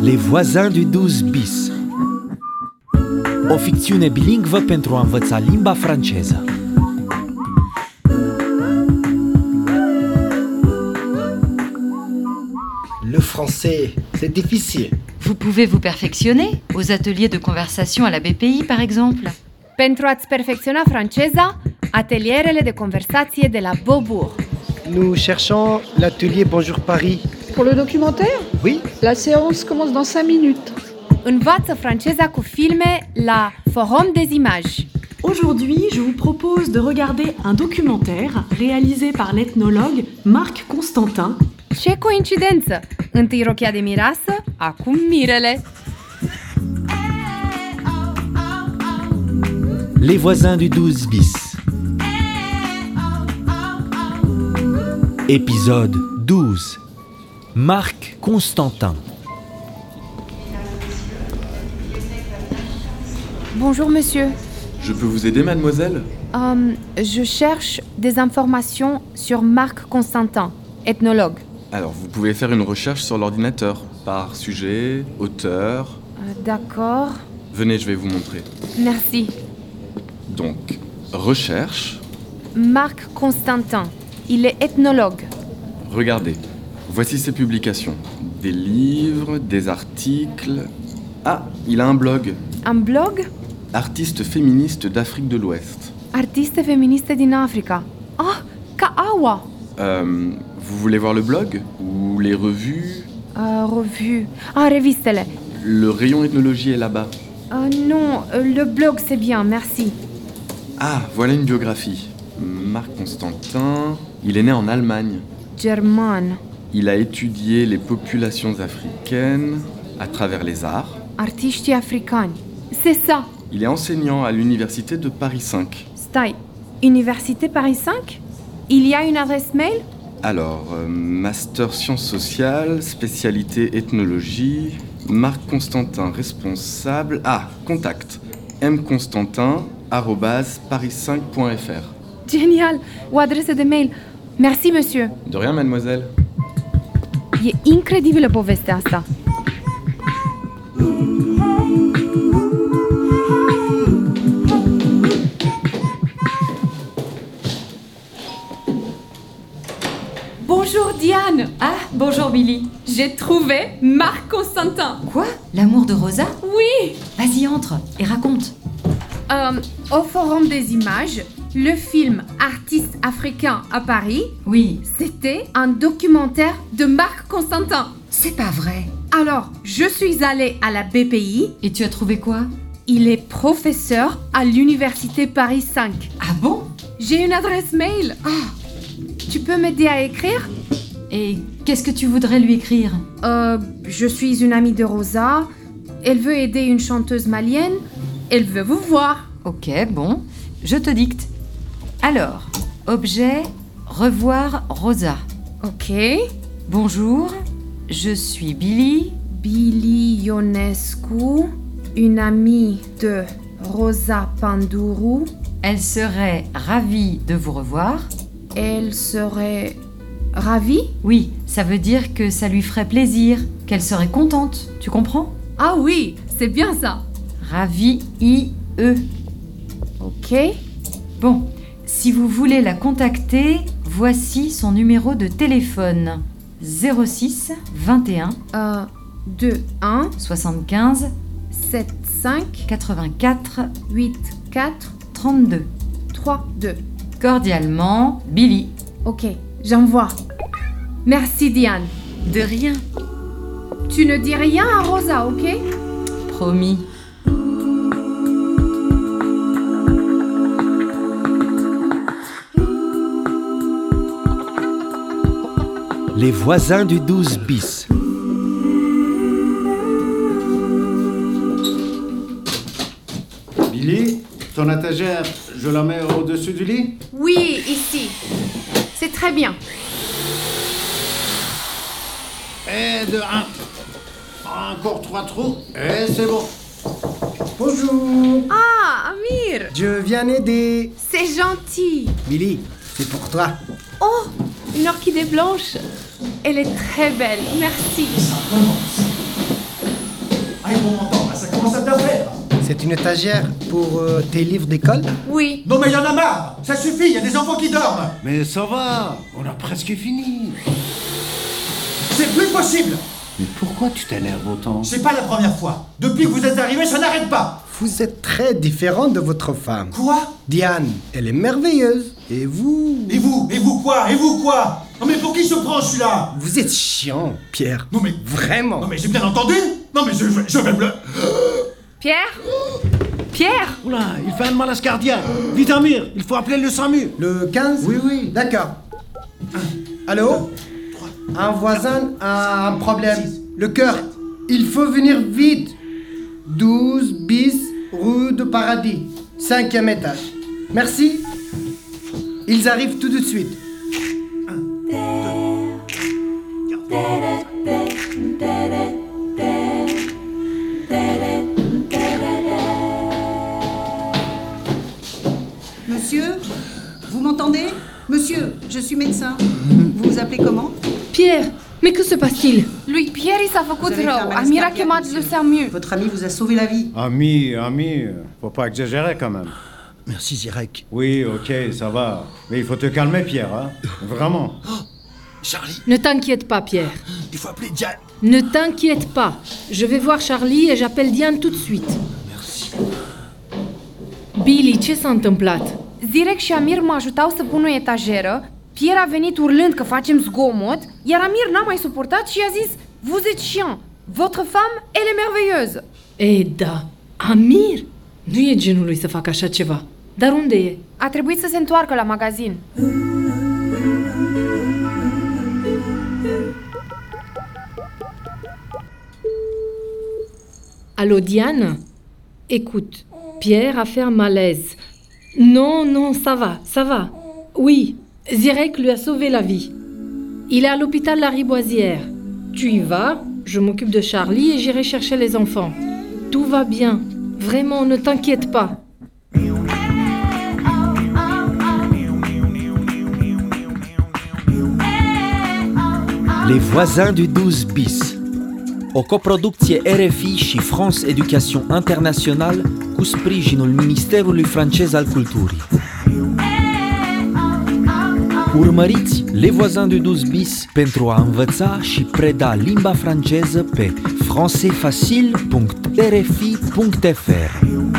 Les voisins du 12 bis O ficțiune bilingvă pentru a învăța limba franceză Le français, c'est difficile. Vous pouvez vous perfectionner aux ateliers de conversation à la BPI par exemple. Pentru a-ți perfecționa franceza, atelierele de conversație de la Beaubourg. Nous cherchons l'atelier Bonjour Paris. Pour le documentaire, Oui, la séance commence dans 5 minutes. Învață franceza cu filme la Forum des Images. Aujourd'hui, je vous propose de regarder un documentaire réalisé par l'ethnologue Marc Constantin. Ce coincidență! Întâi rochia de mirasă, acum mirele. Les voisins du 12 bis Épisode 12 Marc Constantin Bonjour, monsieur. Je peux vous aider, mademoiselle Euh, je cherche des informations sur Marc Constantin, ethnologue. Alors, vous pouvez faire une recherche sur l'ordinateur, par sujet, auteur. Euh, D'accord. Venez, je vais vous montrer. Merci. Donc, recherche, Marc Constantin. Il est ethnologue. regardez. Voici ses publications. Des livres, des articles. Ah, il a un blog. Un blog Artiste féministe d'Afrique de l'Ouest. Artiste feministe din Africa. Ah, ca Awa. Euh, vous voulez voir le blog Ou les revues Euh, revue. Ah, revistele. Le rayon ethnologie est là-bas. Euh, non, euh, le blog c'est bien, merci. Ah, voilà une biographie. Marc Constantin. Il est né en Allemagne. German. Il a étudié les populations africaines à travers les arts. Artiștii africani. C'est ça. Il est enseignant à l'université de Paris 5. Stai. Université Paris 5 Il y a une adresse mail Alors, euh, master sciences sociales, spécialité ethnologie, Marc Constantin responsable. Ah, contact. mconstantin@paris5.fr. Génial. O adresă de mail. Merci, monsieur. De rien, mademoiselle. E incredibilă povestea asta. Bonjour Diane Ah, bonjour Billy. J'ai trouvé Marc Constantin Quoi L'amour de Rosa Oui Vas-y, entre et raconte. Euh, au Forum des images, le film Artistes africains à Paris, Oui. c'était un documentaire de Marc Constantin. C'est pas vrai. Alors, je suis allée à la BPI, Et tu as trouvé quoi il est professeur à l'université Paris 5. Ah bon J'ai une adresse mail. Ah, tu peux m'aider à écrire Et qu'est-ce que tu voudrais lui écrire Euh, je suis une amie de Rosa, elle veut aider une chanteuse malienne, elle veut vous voir. Ok, bon. Je te dicte. Alors, objet, revoir Rosa. Ok. Bonjour, je suis Billy. Billy Ionescu, une amie de Rosa Pandourou, Elle serait ravie de vous revoir. elle serait ravie Oui, ça veut dire que ça lui ferait plaisir, qu'elle serait contente, tu comprends Ah oui, c'est bien ça. Ravie I-E. Ok. E. Bon, si vous voulez la contacter, voici son numéro de téléphone. 06 21 1, 2, 1, 75 7, 5, 84 8, 4, 32. 3, 2. Cordialement, Billy. Ok, j'envoie. Merci Diane. De rien, Tu ne dis rien à Rosa, ok promis. Les voisins du 12 bis Billy, ton étagère, je la mets au-dessus du lit Oui, ici. C'est très bien. Et de un. Encore trois trous. Et c'est bon. Bonjour. Ah, Amir, je viens aider. c'est gentil. Billy, c'est pour toi. Oh, une orchidée blanche. Elle est très belle, merci. Allez, bon entend, ça commence à bien faire. C'est une étagère pour euh, tes livres d'école Oui. Non mais il y en a marre Ça suffit, il y a des enfants qui dorment Mais ça va, on a presque fini. C'est plus possible Mais pourquoi tu t'énerves autant C'est pas la première fois. Depuis que vous êtes arrivés, ça n'arrête pas Vous êtes très différent de votre femme. Quoi Diane, elle est merveilleuse. Et vous Et vous Et vous quoi Et vous quoi Non mais pour qui se prend celui-là Vous êtes chiant, Pierre. Ah, Non mais... Vraiment Non mais j'ai bien entendu Non mais je, je vais me le... Pierre Pierre Oula, il fait un malaise cardiaque. Vite Amir, il faut appeler le SAMU. Le 15 Oui, oui. D'accord. Allô Un voisin a un problème. Le cœur. Il faut venir vite. 12 bis rue de Paradis. Cinquième étage. Merci. Ils arrivent tout de suite. Monsieur, vous m'entendez Monsieur, je suis médecin. Vous vous appelez comment Pierre, mais que se passe-t-il Lui Pieri sa făcut Vous avez rău. fait un malaise Amira cardiaque, chemat le monsieur. SAMU. Votre ami vous a sauvé la vie. Ami, ami, faut pas exagérer quand même. Merci, Zirek. Oui, ok, ça va. Mais il faut te calmer, Pierre, hein. Vraiment. Oh, Charlie, Ne t'inquiète pas, Pierre. il faut appeler Diane Ne t'inquiète pas. Je vais voir Charlie et j'appelle Diane tout de suite. Billy, ce s-a întâmplat? Zirec și Amir mă ajutau să pun o etajeră, Pierre a venit urlând că facem zgomot, iar Amir n-a mai suportat și a zis Vous êtes chiant, votre femme, elle est merveilleuse. E, da, Amir! Nu e genul lui să facă așa ceva. Dar unde e? A trebuit să se întoarcă la magazin. Allô, Diane Écoute, Pierre a fait un malaise. Non, non, ça va, ça va. Oui, Zirek lui a sauvé la vie. Il est à l'hôpital Lariboisière. Tu y vas, je m'occupe de Charlie et j'irai chercher les enfants. Tout va bien. Vraiment, ne t'inquiète pas. Les voisins du 12 bis. O coproducție RFI și France Education International cu sprijinul Ministerului francez al Culturii. Urmăriți Le Voisins du 12 bis pentru a învăța și preda limba franceză pe francefacil.rfi.fr.